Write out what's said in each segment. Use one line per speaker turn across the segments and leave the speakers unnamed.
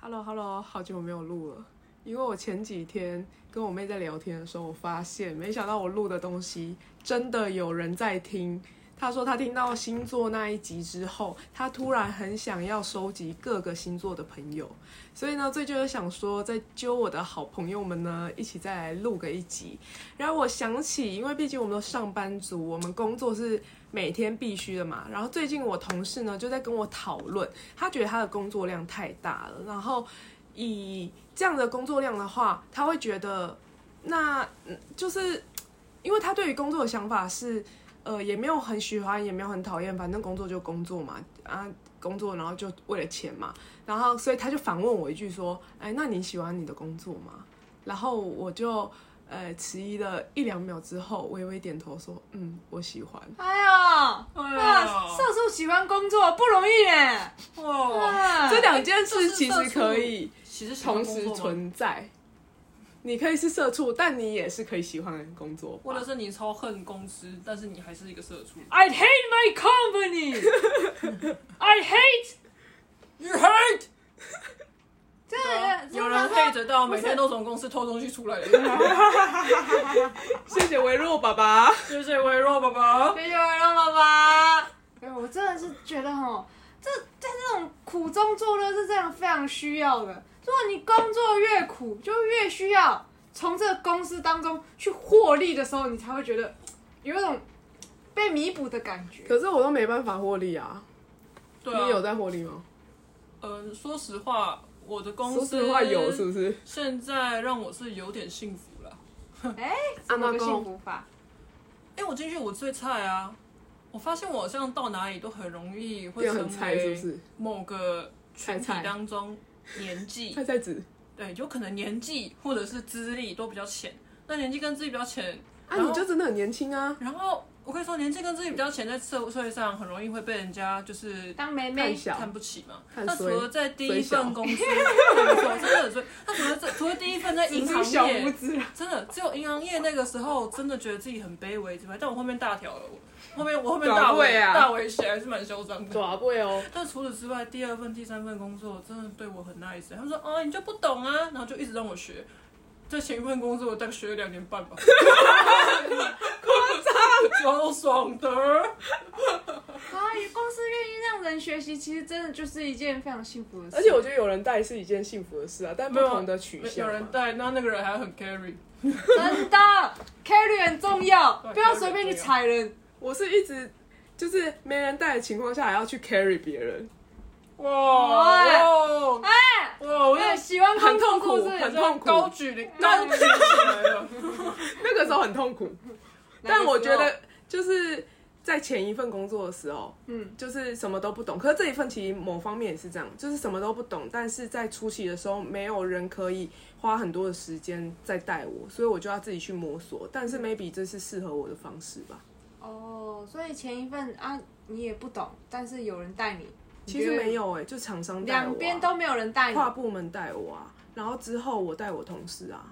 Hello Hello，好久没有录了，因为我前几天跟我妹在聊天的时候，我发现没想到我录的东西真的有人在听。她说她听到星座那一集之后，她突然很想要收集各个星座的朋友，所以呢，最就是想说，在揪我的好朋友们呢，一起再来录个一集。然后我想起，因为毕竟我们都上班族，我们工作是每天必须的嘛。然后最近我同事呢就在跟我讨论，他觉得他的工作量太大了，然后以这样的工作量的话，他会觉得那嗯就是因为他对于工作的想法是，呃，也没有很喜欢，也没有很讨厌，反正工作就工作嘛，啊，工作然后就为了钱嘛，然后所以他就反问我一句说，哎，那你喜欢你的工作吗？然后我就呃迟疑了一两秒之后，微微点头说，嗯，我喜欢。
哎呀，哇，射手喜欢工作不容易耶！嗯
哇，
哇，
哦这两件事其实可以。
哦其实喜
同
欢工作
时
吗，
存在。你可以是社畜，但你也是可以喜欢的工作吧。
或者是你超恨公司，但是你还是一个社畜。
I hate my company. I hate.
You hate，
真的
有人
配
hate 到每天都从公司偷东西出来的，
谢谢微弱爸 爸。
谢谢微弱爸爸。
谢谢我让爸爸。哎，我真的是觉得吼，这在这种苦中作乐是真的非常需要的。如果你工作越苦，就越需要从这个公司当中去获利的时候，你才会觉得有一种被弥补的感觉。
可是我都没办法获利啊！
对
你有
啊，
在获利吗？
嗯，说实话，我的公
说
司
实话有是不是？
现在让我是有点幸福了。
哎，
啊
怎
那
么个
够
幸福法？
哎、我进去我最菜啊！我发现我好像到哪里都很容易会
变
成
很菜是不
为
是？
某个群体
菜菜
当中年纪
菜菜子
对，有可能年纪或者是资历都比较浅。那年纪跟资历比较浅，
啊，
然后
你就真的很年轻啊！
然后我可以说年纪跟资历比较浅，在社会上很容易会被人家就是
当妹
太
妹
小
看不起嘛。
看
那除
衰
了在第一
衰小
份公司， 没错真的所以，那除了这除了第一份在银行
小
业
胡，子啊，
真的只有银行业那个时候真的觉得自己很卑微之外，但我后面大条了，我后面我后面
短
大
位
围
啊
大围起来还是蛮嚣张的。
爪背哦。
但除此之外，第二份、第三份工作真的对我很 nice。他们说啊，你就不懂啊，然后就一直让我学。在前一份工作，我大概学了两年半吧， 夸张，超爽的。
啊，有公司愿意让人学习，其实真的就是一件非常幸福的事。
而且我觉得有人带是一件幸福的事啊，但不
没有
同的取向嘛。
有人带，那那个人还很 carry。
真的 carry 很重要，
对
不要随便去踩人。
我是一直就是没人带的情况下还要去 carry 别人，
哇
喂
哇
哎，
哇！我
对，
又
喜欢
很
看
痛
痛
苦
苦是
很
很
痛苦
高举了高举起来 了。
那个时候很痛 苦。但我觉得就是在前一份工作的时候，
嗯，
就是什么都不懂。可是这一份其实某方面也是这样，就是什么都不懂，但是在初期的时候，没有人可以花很多的时间在带我，所以我就要自己去摸索。但
嗯
是 maybe 这是适合我的方式吧。
哦，所以前一份啊，你也不懂，但是有人带你，
其实没有哎、就厂商带我啊、
两边都没有人带你。
跨部门带我啊，然后之后我带我同事啊，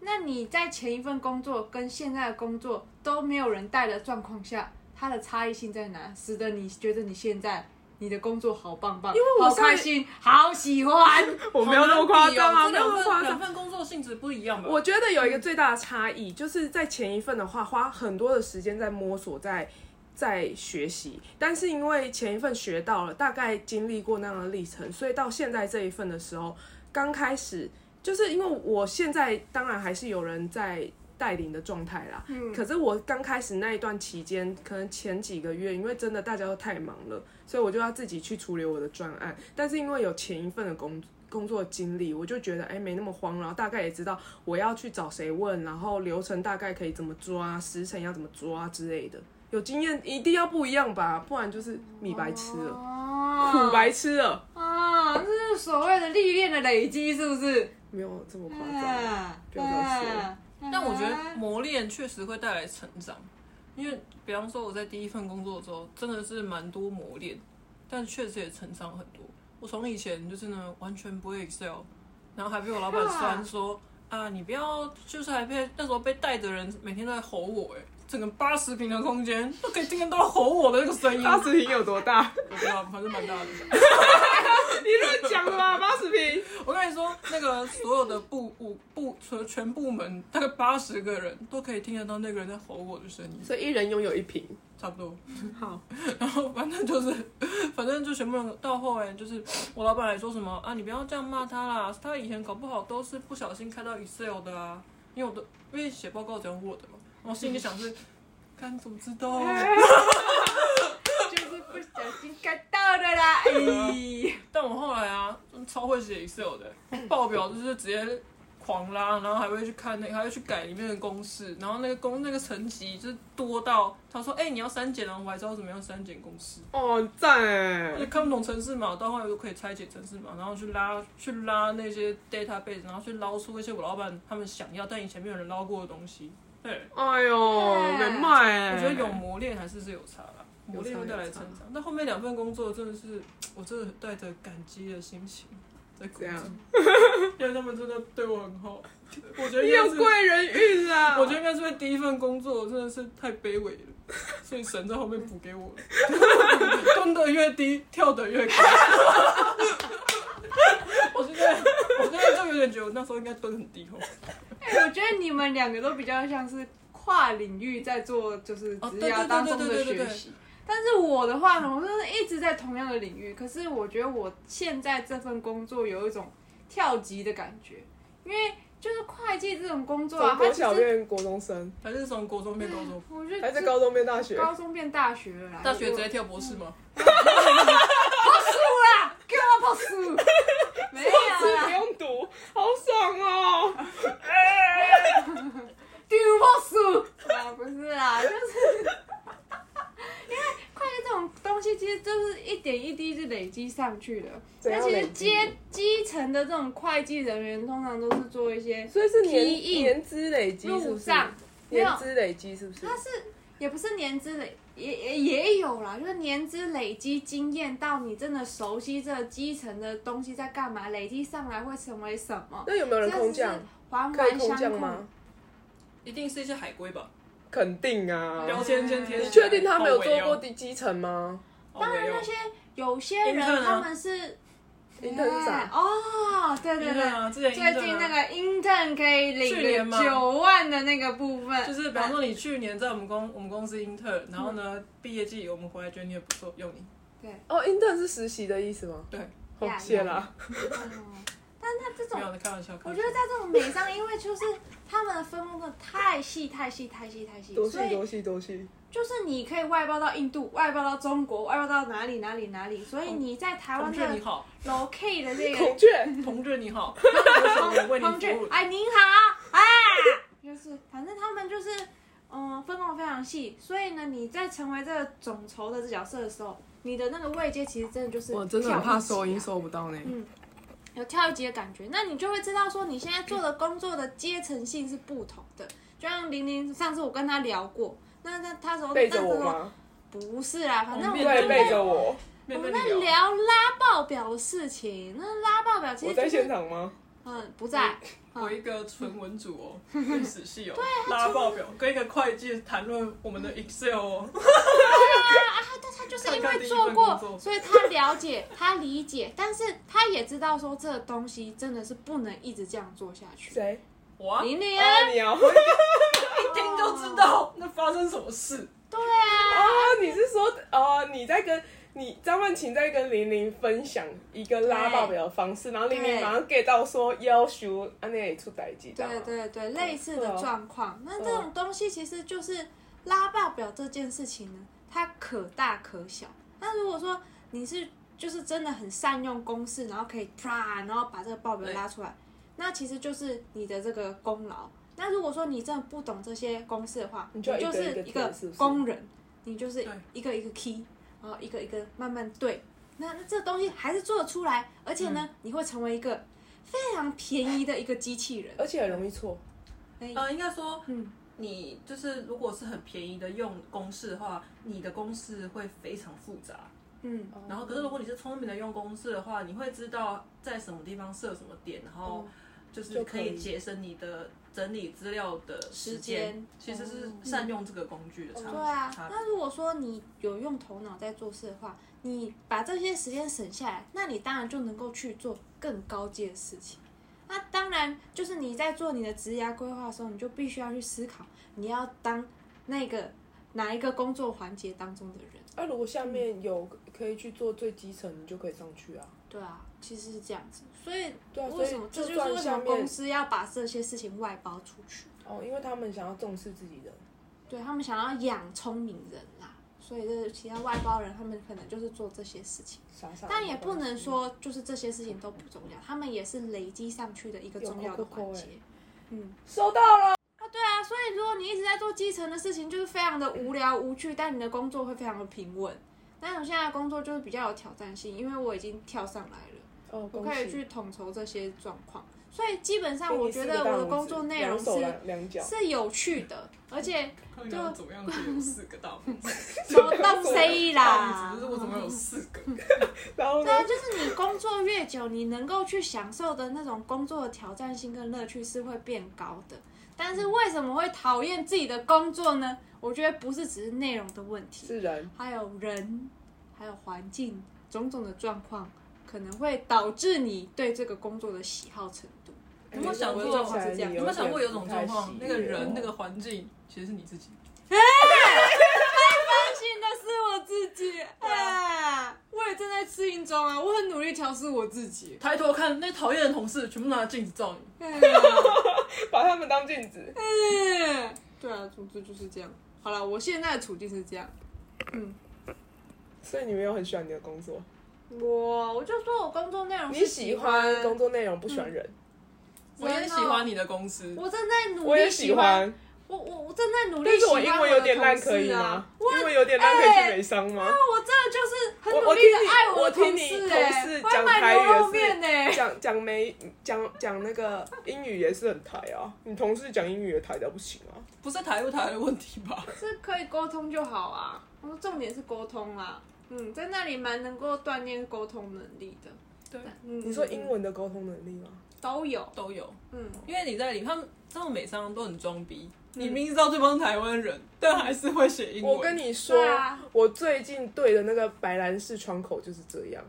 那你在前一份工作跟现在的工作都没有人带的状况下，它的差异性在哪？使得你觉得你现在你的工作好棒棒，因
为我
好
在
开心，好哦喜欢。
我没有那么夸张啊，
这
没有那么
两份
夸张
两。份工作性质不一样吧？
我觉得有一个最大的差异，就是在前一份的话，花很多的时间在摸索，在在学习，但是因为前一份学到了，大概经历过那样的历程，所以到现在这一份的时候，刚开始就是因为我现在当然还是有人在带领的状态啦，
嗯
可是我刚开始那一段期间，可能前几个月，因为真的大家都太忙了，所以我就要自己去处理我的专案。但是因为有前一份的工工作经历，我就觉得哎、没那么慌，然后大概也知道我要去找谁问，然后流程大概可以怎么抓，时辰要怎么抓之类的。有经验一定要不一样吧，不然就是米白 吃了，
哦
苦白吃了，
啊，这是所谓的历练的累积，是不是？
没有这么夸张。
啊，
不要这样说
啊
但我觉得
嗯
磨练确实会带来成长，因为比方说我在第一份工作的时候，真的是蛮多磨练，但确实也成长很多。我从以前就是呢完全不会 Excel，然后还被我老板酸说啊，你不要就是还被那时候被带的人每天都在吼我、哎，整个八十平的空间都可以听得到吼我的那个声音，
八十平有多大？
我不知道，反正蛮大的。
你乱讲的吧，八十平。
我跟说，那个所有的部部部全全部门大概八十个人都可以听得到那个人在吼我的声音，
所以一人拥有一瓶。
差不多。
好，
然后反正就是， 反正就全部人到后来就是我老板还说什么啊，你不要这样骂他啦，他以前搞不好都是不小心开到 Excel 的啊，因为我都因为写报告只用 Word 嘛，我心里想是，看怎么知道啊、
就是不小心看到的啦。哎，
但我后来啊，超会写 Excel 的，报表就是直接狂拉，然后还会去看那还会去改里面的公式，然后那个公那个层级就是多到他说，哎、你要删减啊，我还知道怎么样删减公式，
哦，很赞
也
哎！
看不懂程式码，到后来我就可以拆解程式码，然后去拉去拉那些 database，然后去捞出一些我老板他们想要但以前没有人捞过的东西。对，
哎呦，
对
没卖哎！
我觉得有磨练还是是有差啦，磨练
有差
会带来
有差
成长。但后面两份工作真的是，我真的带着感激的心情在工
这样
作， 因为他们真的对我很好。我觉得
你
应该
有
是，
贵人运啊！
我觉得应该是因为第一份工作真的是太卑微了，所以神在后面补给我了，蹲的越低，跳的越高。我现在，我现在就有点觉得我那时候应该蹲很低哦。
哎我觉得你们两个都比较像是跨领域在做，就是
哦
职
对
涯
对
当
对
中
对
的
对对
学
对
习。但是我的话呢，我就是一直在同样的领域，可是我觉得我现在这份工作有一种跳级的感觉，因为就是会计这种工作
从
啊，它
国
其
小
实
变国中生，
还是从国中变高中，
我觉
还是
得
高中变大学，
高中变大学了啦，
大学直
我
接跳博士吗？
啦，给我啊跑 输，没有
是不
啦，
用读，好爽哦！
丢跑输
哦
啊，不是 啦，就是因为会计这种东西，其实就是一点一滴是累积上去的。
怎
那
样
其实
累积
阶基层的这种会计人员，通常都是做一些
所以是年
提议
年资累积是
入
不是？
账，没有
年资累积是不是？
它是也不是年资累，也也也有啦，就是年资累积经验到你真的熟悉这基层的东西在干嘛，累积上来会成为什么，
那有没有人空降
这是？环
可以
环
空
相
降
扣。
吗？
一定是一些海归吧？
肯定啊！
标签先贴起来。哦
你确定他没有做过
底？
低基层吗？
当然，
哦
那些有些人
Intern 啊
他们是
应该是啥？
哦，对对对，
啊，之前
最近那
个。
个 intern 可以
去年
领
嘛
的九万的那个部分，
就是，比方说你去年在我们公我们公司 intern，然后呢毕业季我们回来觉得你也不错，用你。
哎
哦，intern 是实习的意思吗？
对，
好
呀
谢
呀
啦。
嗯但他这种
没有，开玩笑。开
我
玩
觉
笑
得在这种美商，因为就是他们的分工真的太细、太细、太细、太细，
多
所
细
以
多细多细，
就是你可以外包到印度，外包到中国，外包到哪里哪里哪里，所以你在台湾
同
这
志你
个
好，
locate 的这
孔
个
雀
同志 你好，我为
同
你
志
服务，。
哎，您好，哎， 就是反正他们就是嗯分工非常细，所以呢，你在成为这个总筹的这角色的时候，你的那个位阶其实真的就是
我真的很
跳
怕
一级
收音
啊
收不到呢。
有跳一级的感觉，那你就会知道说你现在做的工作的阶层性是不同的。就像玲玲上次我跟她聊过，那那她说
背着我
那时候
吗？
不是啊，反正我
我
们就
面
对，
在
背着哦我。
我
面
们
对
在
你哦聊。
聊拉爆表的事情。那拉爆表其
我
实、
在
就是、
现场吗？
嗯不在，
我一个纯文主哦，历史系哦，拉报表，跟一个会计谈论我们的
嗯
Excel 哦，
啊他就是因为做过，所以他了解，他理解，但是他也知道说这个东西真的是不能一直这样做下去。
谁？
哇，一
玲玲啊，
哦， 你哦。
听
哦
就知道那发生什么事。
对啊，
啊，你是说哦，你在跟你张曼琴在跟玲玲分享一个拉爆表的方式，然后玲玲
对
马上 get 到说要求安内出代机，这样
对
吗
对对，类似
对
的
啊
状况。那这种东西其实就是拉爆表这件事情呢，它可大可小。那如果说你是就是真的很善用公式，然后可以啪，然后把这个报表
对
拉出来，那其实就是你的这个功劳。那如果说你真的不懂这些公式的话，
你
你
就要一个
是
一个
一
填
个
是不是
工人，你就是
对
一个一个 key，然后一个一个慢慢对。那那这东西还是做得出来，而且
嗯
呢，你会成为一个非常便宜的一个机器人。
而且很容易错。
哎
呃，应该说
嗯，
你就是如果是很便宜的用公式的话，你的公式会非常复杂。
嗯，
然后，可是如果你是聪明的用公式的话，你会知道在什么地方设什么点，然后嗯就是
就可
可
以
以节省你的整理资料的时
时
间哦嗯
间。
其实是善用这个工具的差
对啊。
差别。
那如果说你有用头脑在做事的话，你把这些时间省下来，那你当然就能够去做更高阶的事情。那当然，就是你在做你的职涯规划的时候，你就必须要去思考，你要当那个哪一个工作环节当中的人。
啊
那、如果下面有可以去做最基层，你就可以上去啊。
对啊，其实是这样子。所以
对啊，所
为
以
什么这
就
就是为
算
什
下
么公
面
司要把这些事情外包出去？
哦，因为他们想要重视自己的。
对他们想要养聪明人啦，所以就是其他外包人，他们可能就是做这些事情，
傻傻的
但也不
关
能
系
说就是这些事情都不重要，他们也是累积上去的一个重要的环节
有扣扣欸。
嗯，
收到了，
啊，对啊，所以如果你一直在做基层的事情，就是非常的无聊无趣，但你的工作会非常的平稳。但我现在的工作就是比较有挑战性，因为我已经跳上来了，
哦，
我
恭
可以
喜！
去统筹这些状况，所以基本上
给
我
你
觉
四个
得
大
我的
拇
工
指
作内容
两手
是
两两脚，
是有趣的，而且
看你要怎啊么样就啊有四个大 拇指，
什么东西
大拇
啦
指，？是我怎么有四个？
然后呢
对？啊，就是你工作越久，你能够去享受的那种工作的挑战性跟乐趣是会变高的。但是为什么会讨厌自己的工作呢？我觉得不是只是内容的问题，
是人，
还有人，还有环境种种的状况，可能会导致你对这个工作的喜好程度。
有没有想过
我听起来
是这样
哎你
有没有想过有
点
种
不太
状况，
喜
那个人、
欢
那个环境，其实是你自己？
担心的是我自己，哎，我也正在适应中啊，我很努力调试我自己。
抬头看那讨厌的同事，全部拿镜子照你。
哎
把他们当镜子，
嗯，对啊，总之就是这样。好了，我现在的处境是这样。嗯，
所以你没有很喜欢你的工作，
我我就说我工作内
哦
容
你
是
喜
欢
欢工，作内容，不喜欢人，
我也喜欢你的公司，
我正在
嗯
努
我
力
也
喜
喜
欢，
欢，
我我我正在努力
但
喜
是我
欢的
英文有点烂，
同
可以
事
吗
啊？？
英文有点烂，可以
哎
去美商吗？
我真的就是很
我
努
我
力
听
的
你
爱我
我
的
听你
事
同
哎、
事
我还
讲
买
台
牛
语
肉
也是
面呢、
哎
欸
讲讲美讲讲那个英语也是很台啊，你同事讲英语也台的不行啊。
不是抬不抬的问题吧？
是可以沟通就好啊。我说重点是沟通啦，嗯，在那里蛮能够锻炼沟通能力的。
对，
嗯，
你说英文的沟通能力吗？
都有，
都有，
嗯，
因为你在里，他们这种美商都很装逼，你明知道对方是台湾人，但还是会写英文。
我跟你说，
对啊，
我最近对的那个白兰氏窗口就是这样，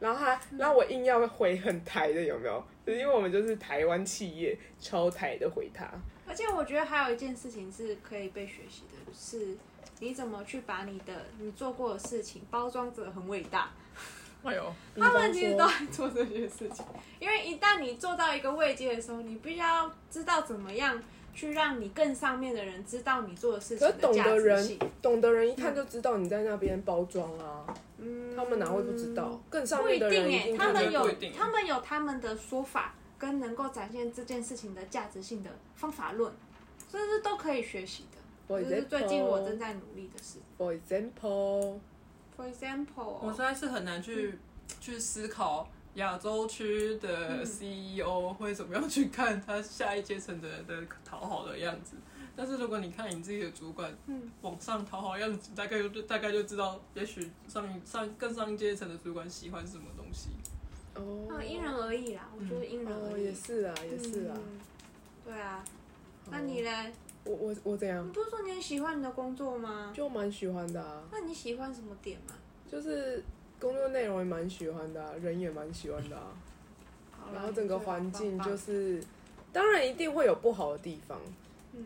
然后他，
嗯
然后我硬要回很台的，有没有？就是因为我们就是台湾企业，超台的回他。
而且我觉得还有一件事情是可以被学习的，是你怎么去把你的你做过的事情包装着很伟大。
哎呦，
他
他们其实都在做这些事情，因为一旦你做到一个位阶的时候，你必须要知道怎么样去让你更上面的人知道你做的事情
可是懂
价
的
值
人
性。，
懂的人一看就知道你在那边包装啊，
嗯
他们哪会不知道？更上
不
面
一
的
定
人一
哎、
定
他
看得
们
到
有
不一定
他们有他们的说法，跟能够展现这件事情的价值性的方法论，所以是都可以学习的。
For
这是最近我
example-
正在努力的事。
For example，
For example，
我实在是很难去、去思考亚洲区的 CEO 会怎么样去看他下一阶层的人的讨好的样子。但是如果你看你自己的主管，
嗯，
往上讨好样子，大概就大概就知道，也许上一上更上一阶层的主管喜欢什么东西。
哦
嗯，，因人而异啦，我觉得因人
哦
而异。
也是啊，也是哦啊。
嗯对啊，那你嘞？
我我我怎样
你？不是说你很喜欢你的工作吗？
就蛮喜欢的啊，
那你喜欢什么点啊吗？
就是工作内容也蛮喜欢的啊、人也蛮喜欢的啊。
好啦
然后整个环境就，
你
是，当然一定会有不好的地方，
嗯，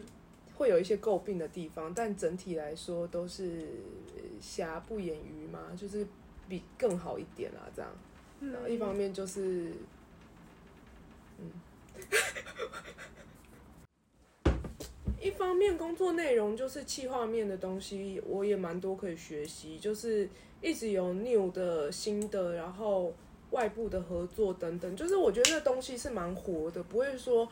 会有一些诟病的地方，但整体来说都是呃瑕不掩瑜嘛，就是比更好一点啦，这样。
最
然
棒
后一方面就是，嗯，一方面工作内容就是企划面的东西，我也蛮多可以学习，就是一直有 new 的新的，然后外部的合作等等，就是我觉得那东西是蛮活的，不会说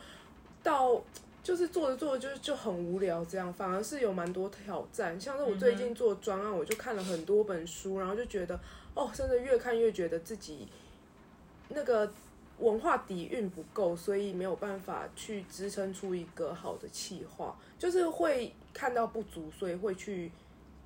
到。就是做着做着就就很无聊，这样反而是有蛮多挑战。像是我最近做专案，我就看了很多本书，然后就觉得哦，真的越看越觉得自己那个文化底蕴不够，所以没有办法去支撑出一个好的企划，就是会看到不足，所以会去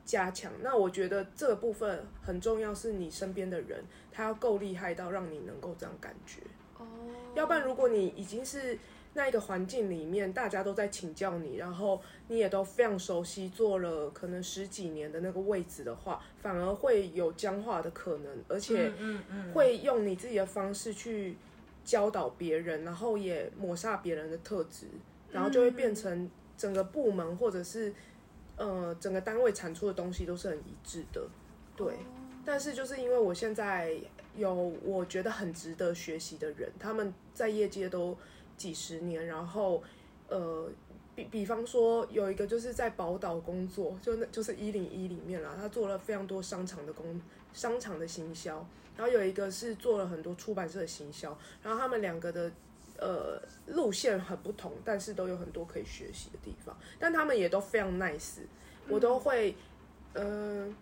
加强。那我觉得这个部分很重要，是你身边的人，他要够厉害到让你能够这样感觉。
哦，
要不然，如果你已经是那一个环境里面，大家都在请教你，然后你也都非常熟悉，做了可能十几年的那个位置的话，反而会有僵化的可能，而且
嗯嗯，
会用你自己的方式去教导别人，然后也抹杀别人的特质，然后就会变成整个部门或者是呃整个单位产出的东西都是很一致的，对。但是就是因为我现在有我觉得很值得学习的人，他们在业界都几十年，然后呃。比比方说，有一个就是在宝岛工作，就那就是一零一里面啦，他做了非常多商场的工商场的行销，然后有一个是做了很多出版社的行销，然后他们两个的呃路线很不同，但是都有很多可以学习的地方，但他们也都非常 nice，我都会嗯。呃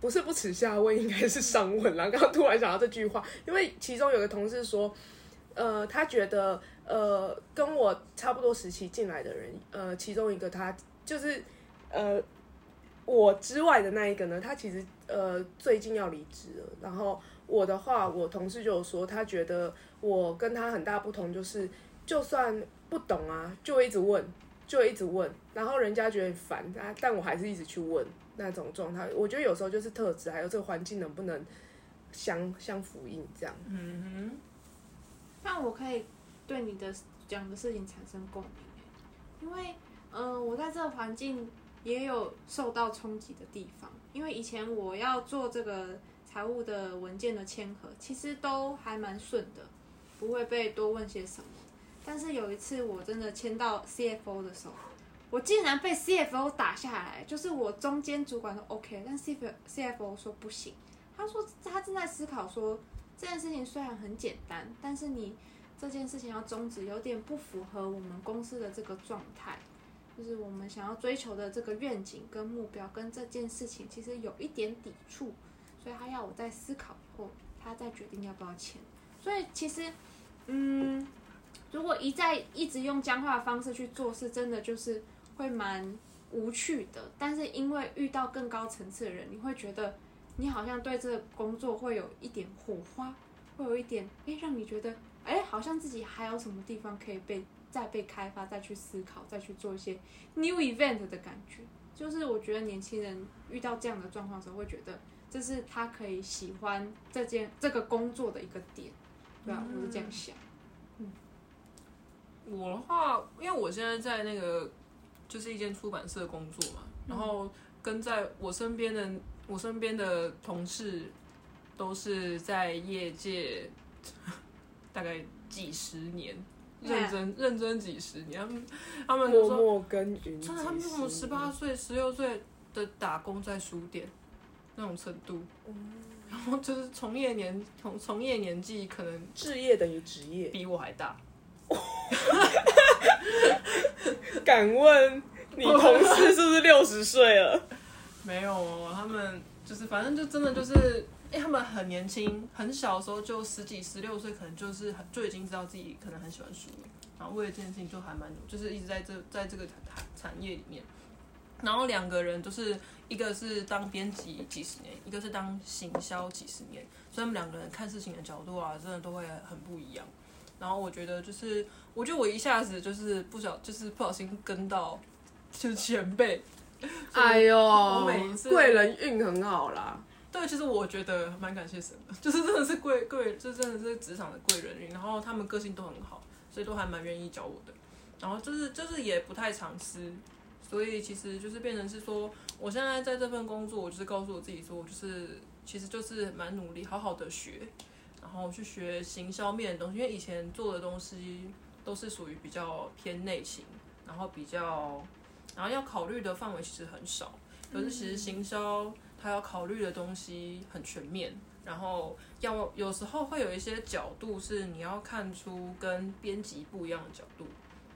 不是不耻下问，应该是上问啦。刚刚突然想到这句话，因为其中有个同事说，呃，他觉得呃跟我差不多时期进来的人，呃，其中一个他就是呃我之外的那一个呢，他其实呃最近要离职了。然后我的话，我同事就有说，他觉得我跟他很大不同，就是就算不懂啊，就会一直问，就会一直问，然后人家觉得很烦，啊，但我还是一直去问那种状态。我觉得有时候就是特质，还有这个环境能不能相相呼应这样。
嗯
但我可以对你的讲的事情产生共鸣欸，因为嗯、呃我在这个环境也有受到冲击的地方，因为以前我要做这个财务的文件的签合，其实都还蛮顺的，不会被多问些什么。但是有一次我真的签到 CFO 的时候，我竟然被 CFO 打下来，就是我中间主管说 OK，但 CFO CFO 说不行，他说他正在思考说这件事情虽然很简单，但是你这件事情要终止，有点不符合我们公司的这个状态，就是我们想要追求的这个愿景跟目标，跟这件事情其实有一点抵触，所以他要我在思考以后，他再决定要不要签。所以其实，嗯，如果一再一直用僵化的方式去做事，真的就是会蛮无趣的。但是因为遇到更高层次的人，你会觉得你好像对这个工作会有一点火花，会有一点哎、诶让你觉得哎、诶好像自己还有什么地方可以被再被开发，再去思考，再去做一些 new event 的感觉。就是我觉得年轻人遇到这样的状况的时候，会觉得这是他可以喜欢这件这个工作的一个点，对啊，我是
嗯
这 样想。
哼，我的话，因为我现在在那个就是一间出版社工作嘛，然后跟在我身边的我身边的同事都是在业界 大概几十年，
啊
认真认真几十年，他们他们
默
就说
默耕耘，
真的，他们是我十八岁、十六岁的打工在书店那种程度，然后就是从业年从从业年纪可能
置业等于职业。
比我还大，
敢问你同事是不是六十岁了？
没有哦，他们就是反正就真的就是，哎、他们很年轻，很小的时候就十几、十六岁，可能就是很就已经知道自己可能很喜欢书了，然后为了这件事情就还蛮努，就是一直在这在这个产产业里面。然后两个人就是一个是当编辑几十年，一个是当行销几十年，所以他们两个人看事情的角度啊，真的都会很不一样。然后我觉得就是，我觉得我一下子就是不小，就是不小心跟到就是前辈，
哎
我
呦
每一，次
贵人运很好啦。
对，其实我觉得蛮感谢神的，就是真的是贵贵，这真的是职场的贵人运，然后他们个性都很好，所以都还蛮愿意教我的。然后就是就是也不太藏私，所以其实就是变成是说，我现在在这份工作，我就是告诉我自己说，就是其实就是蛮努力，好好的学，然后去学行销面的东西，因为以前做的东西都是属于比较偏内勤，然后比较，然后要考虑的范围其实很少，可是其实行销它要考虑的东西很全面，然后要有时候会有一些角度是你要看出跟编辑不一样的角度，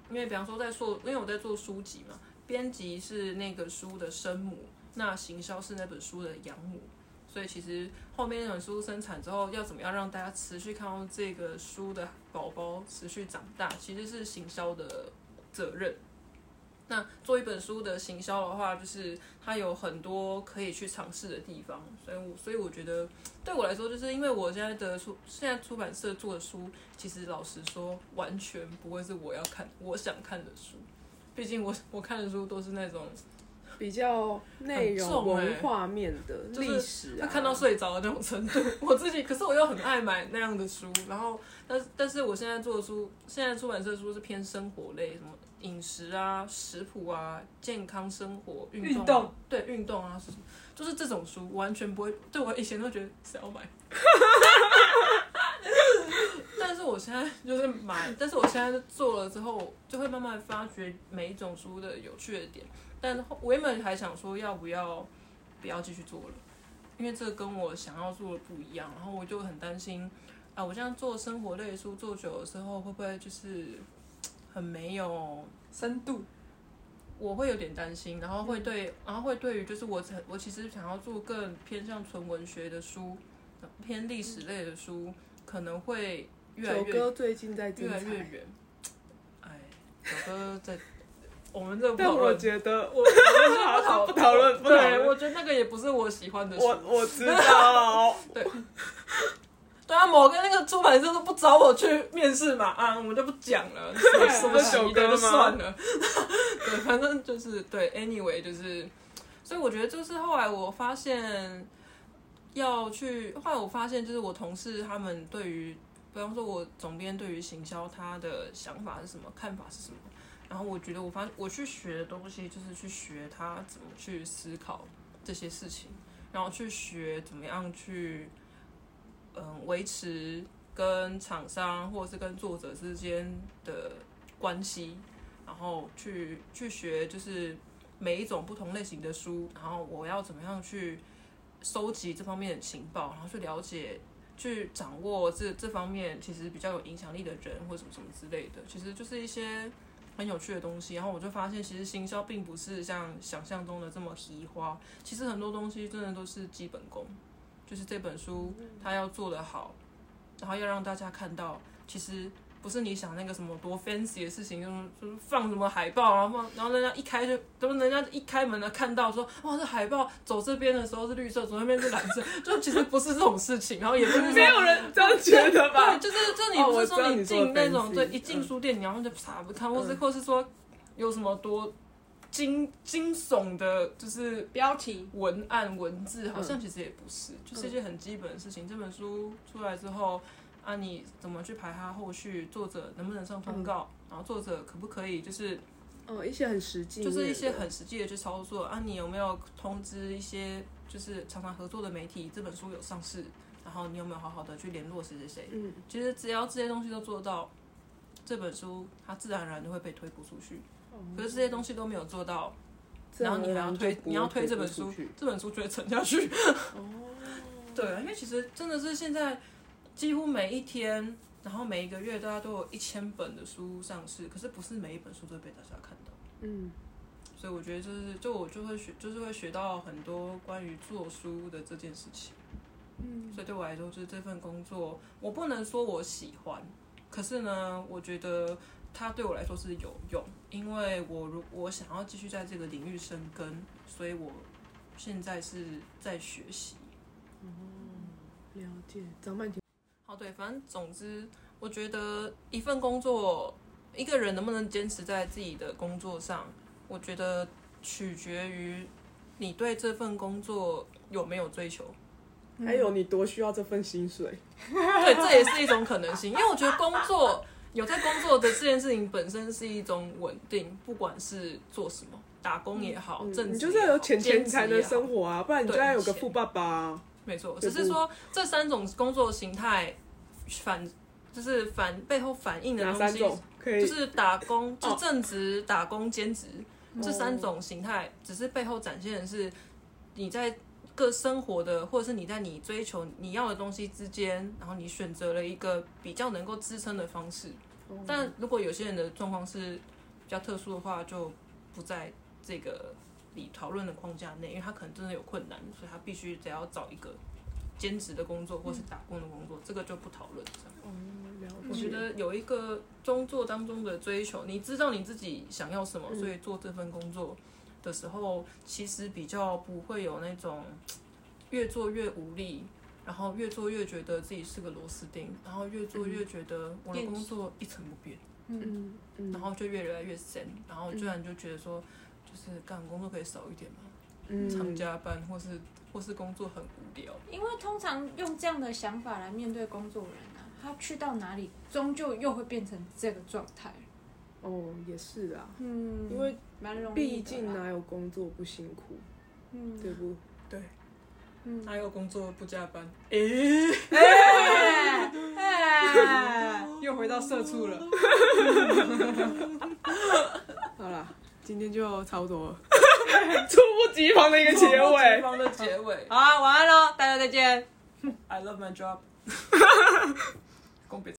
因为比方说在做，因为我在做书籍嘛，编辑是那个书的生母，那行销是那本书的养母。所以其实后面那本书生产之后，要怎么样让大家持续看到这个书的宝宝持续长大，其实是行销的责任。那做一本书的行销的话，就是它有很多可以去尝试的地方，所以我所以我觉得对我来说，就是因为我现在的出现在出版社做的书，其实老实说，完全不会是我要看我想看的书，毕竟我我看的书都是那种
比较内
很
容
重欸
文化面的
就
历、
是
史
他
啊，
看到睡着的那种程度。 我自己，可是我又很爱买那样的书，然后，但是但是我现在做的书，现在出版社的书是偏生活类，什么饮食啊、食谱啊、健康生活、运动啊，
运动
对运动啊，是什么就是这种书完全不会。对我以前都觉得谁要买，但是我现在就是买，但是我现在做了之后，就会慢慢发掘每一种书的有趣的点。但后我原本还想说要不要不要继续做了，因为这个跟我想要做的不一样，然后我就很担心啊，我这样做生活类的书做久了之后，会不会就是很没有
深度，
我会有点担心，然后
嗯
会对，然后会对于就是我我其实想要做更偏向纯文学的书，偏历史类的书，可能会越来
九
越
哥最近在精
越来越
彩。
远。哎，九哥在 我们这个不
但
讨
我
论，
觉得我我 好 不讨论，不讨
对，
论。
我觉得那个也不是我喜欢的书。
我我知道，
对啊，某个那个出版社都不找我去面试嘛，啊，我们就不讲了，什么什么喜的就算了。 对，反正就是对，anyway 就是，所以我觉得就是后来我发现要去，后来我发现就是我同事他们对于，比方说我总编对于行销他的想法是什么，看法是什么。然后我觉得我发我去学的东西就是去学他怎么去思考这些事情，然后去学怎么样去嗯维持跟厂商或者是跟作者之间的关系，然后去去学就是每一种不同类型的书，然后我要怎么样去收集这方面的情报，然后去了解。去掌握这这方面其实比较有影响力的人或什么什么之类的，其实就是一些很有趣的东西。然后我就发现，其实行销并不是像想象中的这么奇花，其实很多东西真的都是基本功。就是这本书它要做得好，然后要让大家看到，其实不是你想那个什么多 fancy 的事情，就是就是放什么海报，然后放，然后人家一开就，都人家一开门呢看到说，哇，这海报走这边的时候是绿色，走那边是蓝色，就其实不是这种事情，然后也不是
没
说。
有人这样觉得吧
对，？就是就你
哦
不
我
是
知道
说
你说的
进那种
fancy，嗯
对一进书店，你然后就啥不看，或是或是说有什么多惊惊悚的，就是
标题
文案文字好
嗯
像其实也不是，就是一件很基本的事情。这本书出来之后，啊，你怎么去排它后续？作者能不能上
嗯
通告？然后作者可不可以就是
哦，一些很实际
就
面的，
是一些很实际的去操作啊？你有没有通知一些就是常常合作的媒体这本书有上市？然后你有没有好好的去联络谁谁谁？
嗯，
其实只要这些东西都做到，这本书它自然而然就会被推播出去。
哦
可是这些东西都没有做到，
自
然后
而
你还要
就
推
不，会
你要推这
不
本
出
书
去，哦
这本书就会沉下去。 对啊，因为其实真的是现在几乎每一天，然后每一个月大家都有一千本的书上市，可是不是每一本书都被大家看到。
嗯，
所以我觉得就是，就我就会学，就是会学到很多关于做书的这件事情。嗯，所以对我来说，就是这份工作，我不能说我喜欢，可是呢，我觉得它对我来说是有用，因为我如我想要继续在这个领域生根，所以我现在是在学习。哦
了解。张曼婷，
好，对，反正总之，我觉得一份工作，一个人能不能坚持在自己的工作上，我觉得取决于你对这份工作有没有追求。
还有你多需要这份薪水？
对，这也是一种可能性，因为我觉得工作有在工作的这件事情本身是一种稳定，不管是做什么，打工也好，正
嗯你
职
就是
也
要
好
有钱钱
兼
你
职
才能
也好
生活啊，不然你就
对
要有个
钱
富爸爸啊。
没错，
对
只是说这三种工作形态反就是反背后反映的
哪
东
三
西
种可以？
就是打工，
哦
就正职、打工、兼职这三种形态，只是背后展现的是你在各生活的，或者是你在你追求你要的东西之间，然后你选择了一个比较能够支撑的方式。
嗯
但如果有些人的状况是比较特殊的话，就不在这个里讨论的框架内，因为他可能真的有困难，所以他必须得要找一个兼职的工作或
嗯
是打工的工作，这个就不讨论这样。
嗯了解
我觉得有一个工作当中的追求，你知道你自己想要什么，所以做这份工作的时候，其实比较不会有那种嘖越做越无力，然后越做越觉得自己是个螺丝钉，然后越做越觉得我的
厌世
工作一成不变，
嗯嗯
然后就越来越深，然后突然就觉得说，就是干工作可以少一点嘛，常
嗯，
加班或是或是工作很无聊。
因为通常用这样的想法来面对工作人啊，他去到哪里，终究又会变成这个状态。
哦，也是啊，
嗯，
因为
蛮容易的啦
毕竟，哪有工作不辛苦，
嗯，
对不？
对，
嗯，
哪有工作不加班？诶、
哎哎
又回到社畜了。
好啦，
今天就差不多了，
猝不及防的一个结尾。
方的 结尾
好啊，晚安喽，大家再见。
，I love my job 。公别